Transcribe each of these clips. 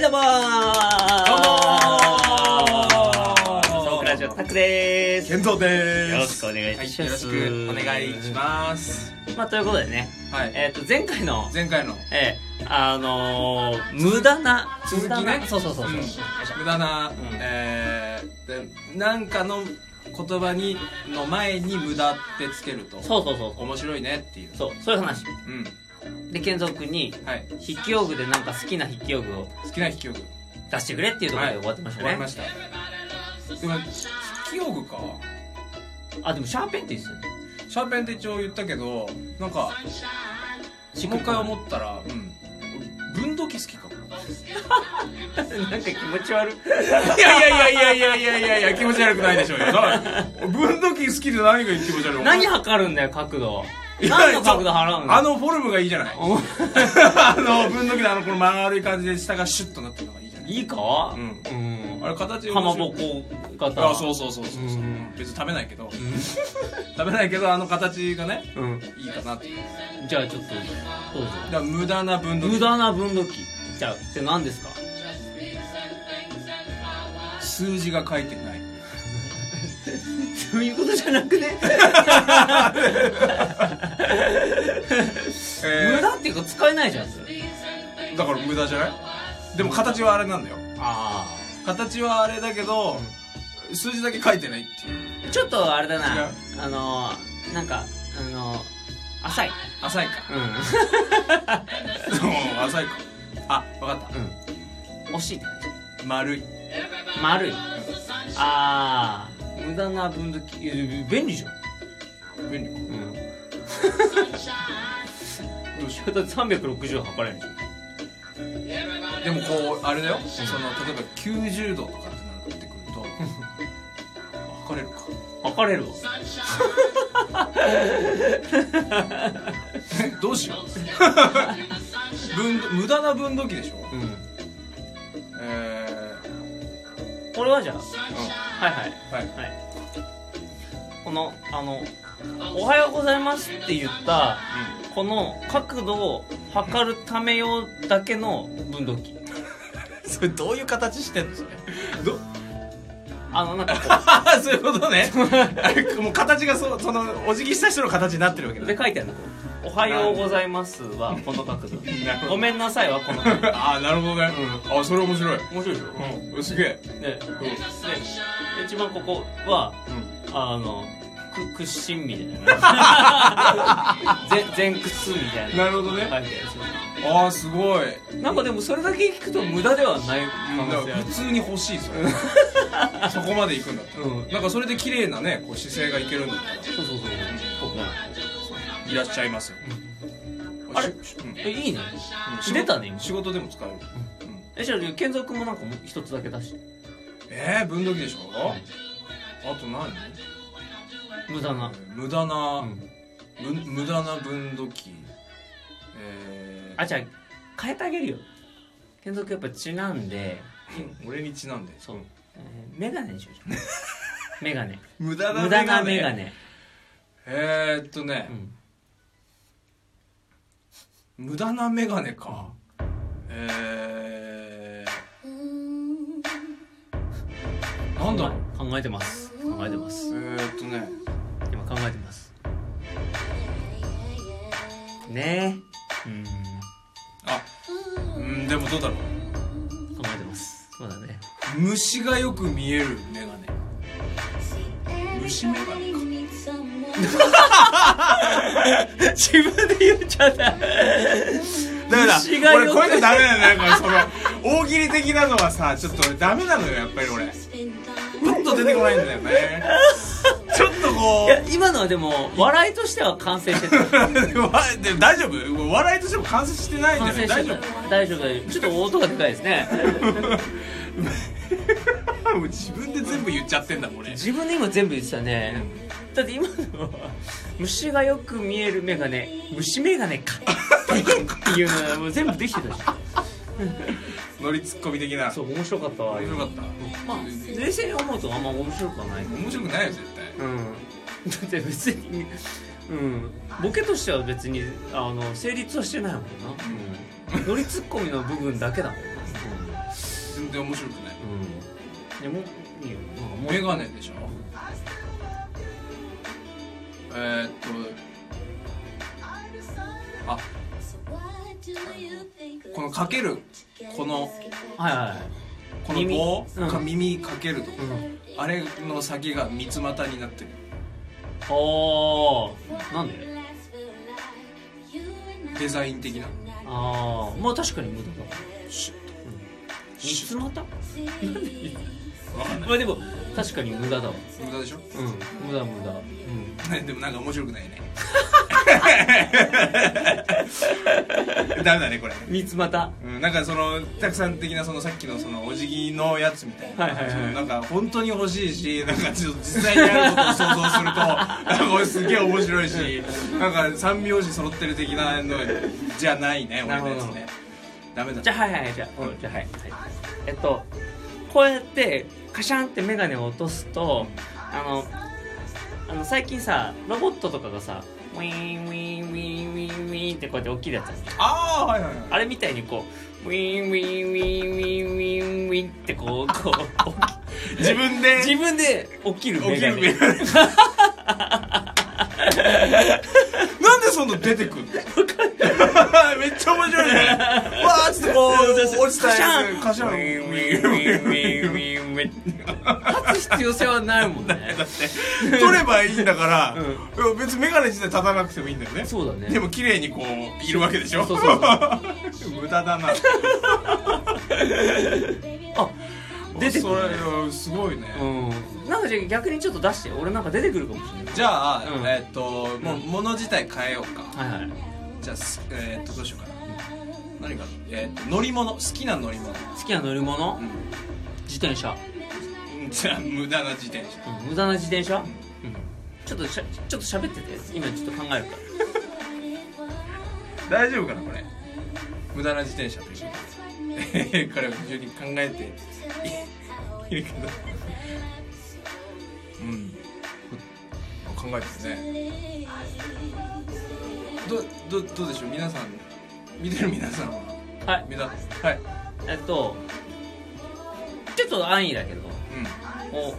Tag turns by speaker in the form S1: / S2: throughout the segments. S1: どうも
S2: トークラジオタクですよ
S3: 健三で
S2: ろ
S3: ー
S2: し
S3: す
S2: くお願い
S1: はい、
S2: しま
S1: よろ
S2: す
S1: しくお願いします。
S2: まあということでね
S1: はい、
S2: えっと前回の
S1: 前回の
S2: ええあのー無駄な
S1: 続きね
S2: 無駄なそうそうそうそう
S1: うん無駄な、えーでなんかの言葉にの前に無駄ってつけると
S2: そうそうそう
S1: 面白いねっていう。
S2: そうそういう話
S1: うん、
S2: で健三君に
S1: はい。
S2: 筆記用具でなんか好きな筆記用具を
S1: 好きな筆記用具
S2: 出してくれっていうところで終わってました
S1: 終わ
S2: ね、
S1: りました。でも筆記用具か。
S2: あでもシャーペンって言ってたね
S1: シャーペンって一応言ったけど、なんかもう一回思ったら、うん、俺分度器好きかも。
S2: なんか気持ち悪い
S1: いやいやいやいやいやいやいや気持ち悪くない でしょうよ。分度器好きで何が気持ち悪いの
S2: 何測るんだよ角度
S1: いや
S2: 何の角度払うの
S1: あのフォルムがいいじ ゃない。
S2: お
S1: あの分度器のあのこの丸い感じで下がシュッとなってるのがいいじゃない。
S2: いいか
S1: う
S2: う
S1: ん
S2: ん
S1: あれ形
S2: かま
S1: 面白
S2: ぼ
S1: い
S2: こ型。
S1: あそうそうそうそうそううん別に食べないけど。食べないけどあの形がね
S2: うん
S1: いいかなって。だ
S2: じゃあちょっとどうぞ
S1: から無駄な分度器。
S2: 無駄な分度器じゃあって何ですか
S1: 数字が書いてない。
S2: そういうことじゃなくね
S1: え
S2: 無駄っていうか使えないじゃんそれ
S1: ーだから無駄じゃない。でも形はあれなんだよ。
S2: あ
S1: 形はあれだけど数字だけ書いてないっていう。
S2: あちょっとあれだ
S1: 違
S2: な
S1: う
S2: あのーなんかあのー浅い
S1: 浅いか。
S2: うん
S1: うん浅いかあわかっ
S2: うん惜しいって感
S1: た丸い
S2: じ丸いああ無駄な分度器いや便利じゃん
S1: 便利か
S2: うん
S1: どうしよ
S2: だって360測れるじゃん
S1: うでもこうあれだよその例えば90度とかってなってくるとあ測れるか
S2: 測れるわ
S1: えどうしよ う分度無駄な分度器でしょ
S2: うん
S1: えー
S2: これはじゃあ
S1: う
S2: はいはい
S1: んはい
S2: はいこのあの「おはようございます」って言ったこの角度を測るため用だけの分度器
S1: それどういう形してんのそれ ど
S2: あのなんか
S1: そういうことね あれもう形がそうそのお辞儀した人の形になってるわ け
S2: こう
S1: だ
S2: で書いてあるのこうおはようございます」はこの角度「ごめ んなさい」はこの角度
S1: ああなるほどね、あそれ面白い
S2: 面白いでし
S1: うんすげえ
S2: ょででで一番ここは
S1: う
S2: あのく屈伸み たいなぜ前屈みたいな
S1: なるほどね
S2: 書いてあるし
S1: ああすごい
S2: なんかでもそれだけ聞くと無駄ではない可能性ある
S1: 普通に欲しい それそこまで行くんだったら、
S2: うん
S1: なんかそれで綺麗なねこう姿勢がいけるんだったら
S2: そうそうそうここ
S1: いらっしゃいますよ、
S2: あれ
S1: しうん
S2: えいいね
S1: 仕事
S2: 出たね今
S1: 仕事でも使える、うん
S2: えじゃあ健三君もなんかもう一つだけ出して
S1: えー、分度器でしょあと何
S2: 無駄な
S1: 無駄な、
S2: ん
S1: ぶん無駄な分度器えー
S2: あじゃあ変えてあげるよ健三君やっぱちなんで
S1: 俺にちなんで
S2: そう、えー、メガネにしようじゃ んメガネ
S1: 無駄な
S2: 無駄なメガネ
S1: えー、っとね
S2: う、ん
S1: 無駄なメガネか、えー、なんだろう
S2: 考えてます考えてます
S1: えー、っとね
S2: 今考えてますねえうん
S1: あうんでもどうだろう
S2: 考えてますそうだね
S1: 虫がよく見えるメガネ虫眼鏡か
S2: 自分で言っちゃった
S3: ダメだ
S2: 虫がよく
S3: 俺こういうのダメなんだよこれそ の大喜利的なのはさちょっとダメなのよやっぱり俺
S1: パッと出てこないんだよね ちょっとこ
S2: いうや今のはでも笑いとしては完成して た
S1: でもわでも大丈夫笑いとしても完成してないん
S2: 完
S1: じゃな
S2: 成
S1: い
S2: し
S1: 大
S2: て
S1: 丈
S2: た大丈夫大丈夫ちょっと音がでかいですね
S1: 夫 もう自分で全部言っちゃってんだもん俺
S2: 自分で今全部言ってたねだって今のは虫がよく見える眼鏡虫眼鏡かっていうのはもう全部できてたし
S1: ノリツッコミ的な
S2: そう面白かったわ
S1: 面白
S2: 今
S1: かった
S2: まあ冷静に思うとあんま面白くはない
S1: 面白くないよ絶対
S2: うんだって別にうんボケとしては別にあの成立はしてないもんな、ノリツッコミの部分だけだもんな、
S1: 全然面白くない
S2: でもいいよなんか
S1: メ
S2: もう
S1: ガネでしょえー、っとあこのかけるこの
S2: はいはいはい
S1: この棒
S2: 耳うん
S1: か耳かけるとこ
S2: う
S1: ろ、
S2: ん
S1: あれの先が三つ股になってる
S2: おーなんで
S1: デザイン的な
S2: ああ まあ確かに無駄だ三つ股まあでも確かに無駄だわ
S1: 無駄でしょ、
S2: うん無駄無駄
S1: でもなんか 面白くないね
S3: ダメだねこれ、
S2: 三つ股
S3: うん、なんかそのたくさん的なそのさっきのそのお辞儀のやつみたいな、
S2: はいはいはい
S3: そのなんか本当に欲しいし なんかちょっと実際にあることを想像すると なんかすげえ面白いしなんか三拍子揃ってる的なのじゃないね俺のやつ
S2: なる
S3: ねダメだ
S2: じゃあはいはいはいじゃあ、うん、じゃあはい、はい、えっとこうやってカシャンって眼鏡を落とすとあのあの最近さロボットとかがさウィーンウィーンウィーンウィーンウィーンってこうやって大きいやつある
S3: ああはいはいはい
S2: あれみたいにこうウィーンウィーンウィーンウィーンウィーンウィーンってこうこう
S3: 自分で
S2: 自分で起きる
S3: 起
S2: 眼
S3: きる
S2: 鏡
S3: 目 なんでそんな出てくんのめっちゃ面 白いねわーっつってこう落ちたやつ
S2: カ
S3: カ
S2: シ
S3: シ
S2: ャ
S3: ャ
S2: ン
S3: ン
S2: ウィーンウィーンウィーンウィーンウィーンウィ ーン立つ必要性はないもん ね
S3: だって取ればいいんだから、
S2: うん
S3: いや別に眼鏡自体立たなくてもいいんだよね
S2: そうだね
S3: でも綺麗にこういるわけでしょ
S2: そうそうそ
S3: 無 駄だな
S2: あ出てくるね
S3: それすごいね、
S2: うんなんかじゃあ逆にちょっと出して俺なんか出てくるかもしれない
S1: じゃあ、
S2: うん
S1: えーっともう物自体変えようか、
S2: はいはい
S1: じゃあすえーっとどうしようかな何か、えーっと乗り物好きな乗り物、
S2: 好きな乗り物自転車、
S1: じゃあ無駄な自転車
S2: うん、無駄な自転車、うん、ちょっとしゃちょっと喋ってて今ちょっと考えるか
S3: 大丈夫かなこれ
S1: 無駄な自転車というえ ー彼は非常に考えて
S3: いいけど
S1: うん考えてるねどどどうでしょう皆さん見てる皆さんは
S2: らはい
S1: 目立つはい
S2: えっとちょっと安易だけど
S1: うん
S2: こうこ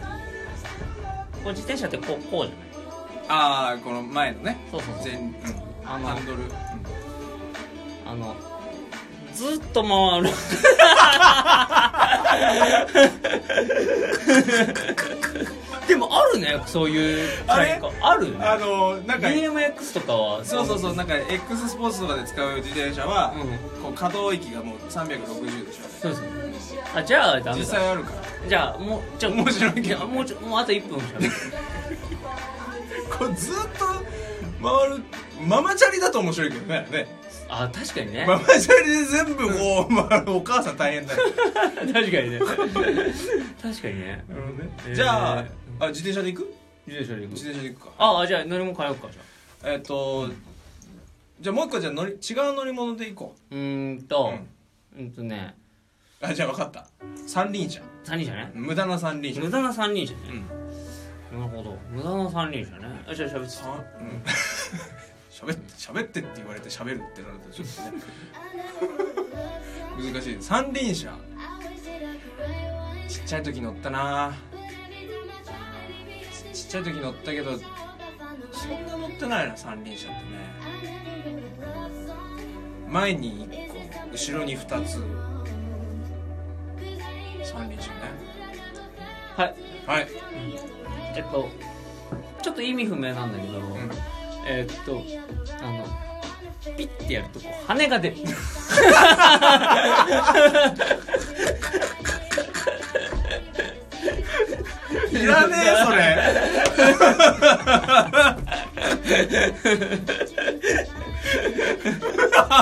S2: う自転車ってこうこうじゃない
S1: ああこの前のね
S2: そうそうそう
S1: 前、うん、
S2: あの
S1: ハンドル、うん
S2: あのずっと回る でもあるねそういう
S3: あ
S2: な
S3: れ
S2: んかあるね
S3: あのなんか
S2: BMX とかは
S1: そうそうそうなんか X スポーツとかで使う自転車は、
S2: う
S1: こう可動域がもう360でしょ
S2: そうですねあじゃあダメだ
S1: 実際あるから
S2: じゃあもうじゃあ
S3: 面白いけどね
S2: やもうちょもうあと1分しゃべる
S3: こうずっと回るママチャリだと面白いけどねね
S2: あ確かにね
S3: ママチャリで全部こう回るお母さん大変だよ
S2: 確かにね確かにね
S3: なるほどね
S1: じゃああ自転車で行く
S2: 自転車で行
S1: 自
S2: く
S1: 転車で行くか
S2: ああじゃあ乗り物変えようかじゃあ
S1: えっ、とじゃあもう一個じゃあ乗り違う乗り物で行こ
S2: うーんと
S1: うん
S2: うんとね
S1: うあじゃあ分かった三輪車
S2: 3人じゃね
S1: 無駄な三輪車
S2: 無駄な3人じゃねなるほど無駄な3人じゃねあじゃあしゃべって
S1: さんうん 喋って喋ってって言われて喋るってなるとちょっとね難しい三輪車ちっちゃい時乗ったなちっちゃい時乗ったけどそんな乗ってないな三輪車ってね前に1個後ろに2つ三輪車ね
S2: はい
S1: はい、
S2: えっとちょっと意味不明なんだけど、
S1: うん、
S2: えーっとあのピッてやるとこう羽が出る
S3: いらねえそれ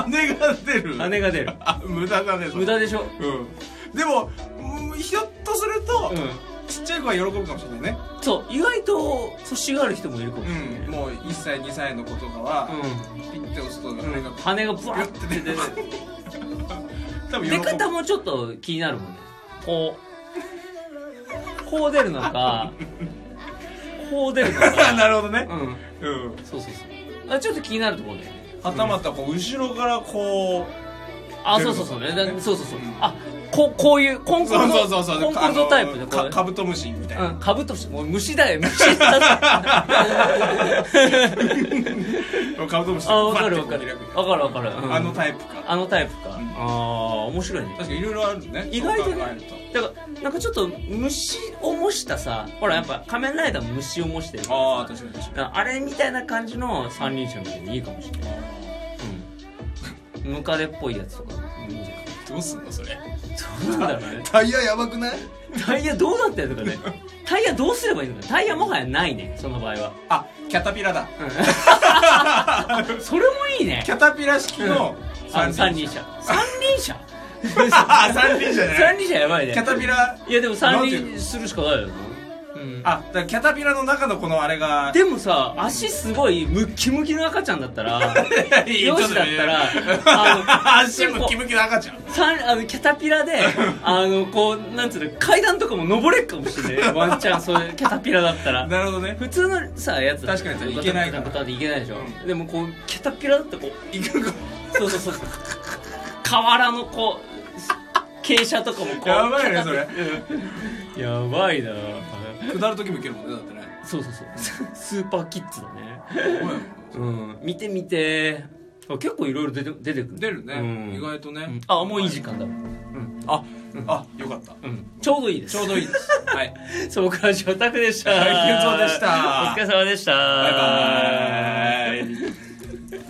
S3: 羽が出る
S2: 羽が出る
S3: あ無駄だねそれ
S2: 無駄でしょ
S3: うんでもうんひょっとすると、
S2: うん
S3: ちっちゃい子は喜ぶかもしれないね
S2: そう意外と腰がある人もいるかもしれない、
S1: うん、もう1歳2歳の子とかは、ピッて押すと羽が
S2: 羽がブワッて出て
S3: 多分喜
S2: 出
S3: ぶ
S2: 方もちょっと気になるもんねこうこう出るのかこう出るのか
S3: なるほどね
S2: うん
S3: うん
S2: そうそうそうあちょっと気になるところだよね
S3: はたまたこう後ろからこう
S2: あそうそうそう、ね、だそうそうそう、
S1: うん
S2: あここういうコンコ
S1: そう
S2: ル
S1: そうそ
S2: ド
S1: うそう
S2: コンコルドタイプで
S1: あの
S2: こう
S1: かカブトムシみたいな、
S2: うん、カブトムシもう虫 だよ虫だ
S1: カブトムシ
S2: あわかるわ
S1: バ
S2: か
S1: ッて
S2: る
S1: こう
S2: わかるわかる、うん
S1: 開くあのタイプか
S2: あのタイプか、
S1: うん
S2: ああ面白いね
S1: 確かにいろいろあるね
S2: 意外とね
S1: そう考える
S2: だ
S1: と
S2: からなんかちょっと虫を模したさほらやっぱ仮面ライダーも虫を模してるから
S1: ああ確かに確かに
S2: だからあれみたいな感じの三輪車みたいにいいかもしれない、うん、ムカデっぽいやつとかいいんじゃない
S1: どうすんのそれ
S2: どうなんだろうね
S1: タイヤやばくない
S2: タイヤどうなってるのかねタイヤどうすればいいのかタイヤもはやないねその場合は
S1: あキャタピラだ
S2: それもいいね
S1: キャタピラ式の
S2: あの三
S1: 輪
S2: 輪車三輪車
S1: あ三輪じゃな
S2: 三
S1: い
S2: 輪車やばい
S1: キ
S2: ね
S1: ャタピラ
S2: いやでも三
S1: なんていう
S2: 輪
S1: の
S2: するしかないよな、うん、
S1: あだからキャタピラの中のこのあれ が
S2: でもさ足すごいムッキムキの赤ちゃんだった ら容姿だったらあの
S1: 足ムキムキの赤ちゃん
S2: 三あのキャタピラであのこうなんつうの階段とかも登れっかもしれないワンチャンそういうキャタピラだったら
S1: なるほどね
S2: 普通のさやつだったら
S1: 確かにいけないから
S2: ガタガタガタっていけないでしょ、
S1: う
S2: でもこうキャタピラだってこう
S1: いくか
S2: そうそうそう。河原のこう、傾斜とかもこう。
S1: やばいねそれ
S2: れ。やばいな
S1: 下る時もいけるもんねだってね
S2: そうそうそう。スーパーキッズだね。
S1: すごいよ
S2: うん。見て見て。あ結構いろいろ出て出てくる。
S1: 出るね、
S2: うん
S1: 意外とね、
S2: うんあ、もういい時間だ。う
S1: あ、あ、よかった
S2: ん。ちょうどいいです。
S1: ちょうどいいですはい
S2: そうか、ジョタクでした。
S1: はいゆうぞうでした
S2: お疲れ様でした。
S1: バイバーイ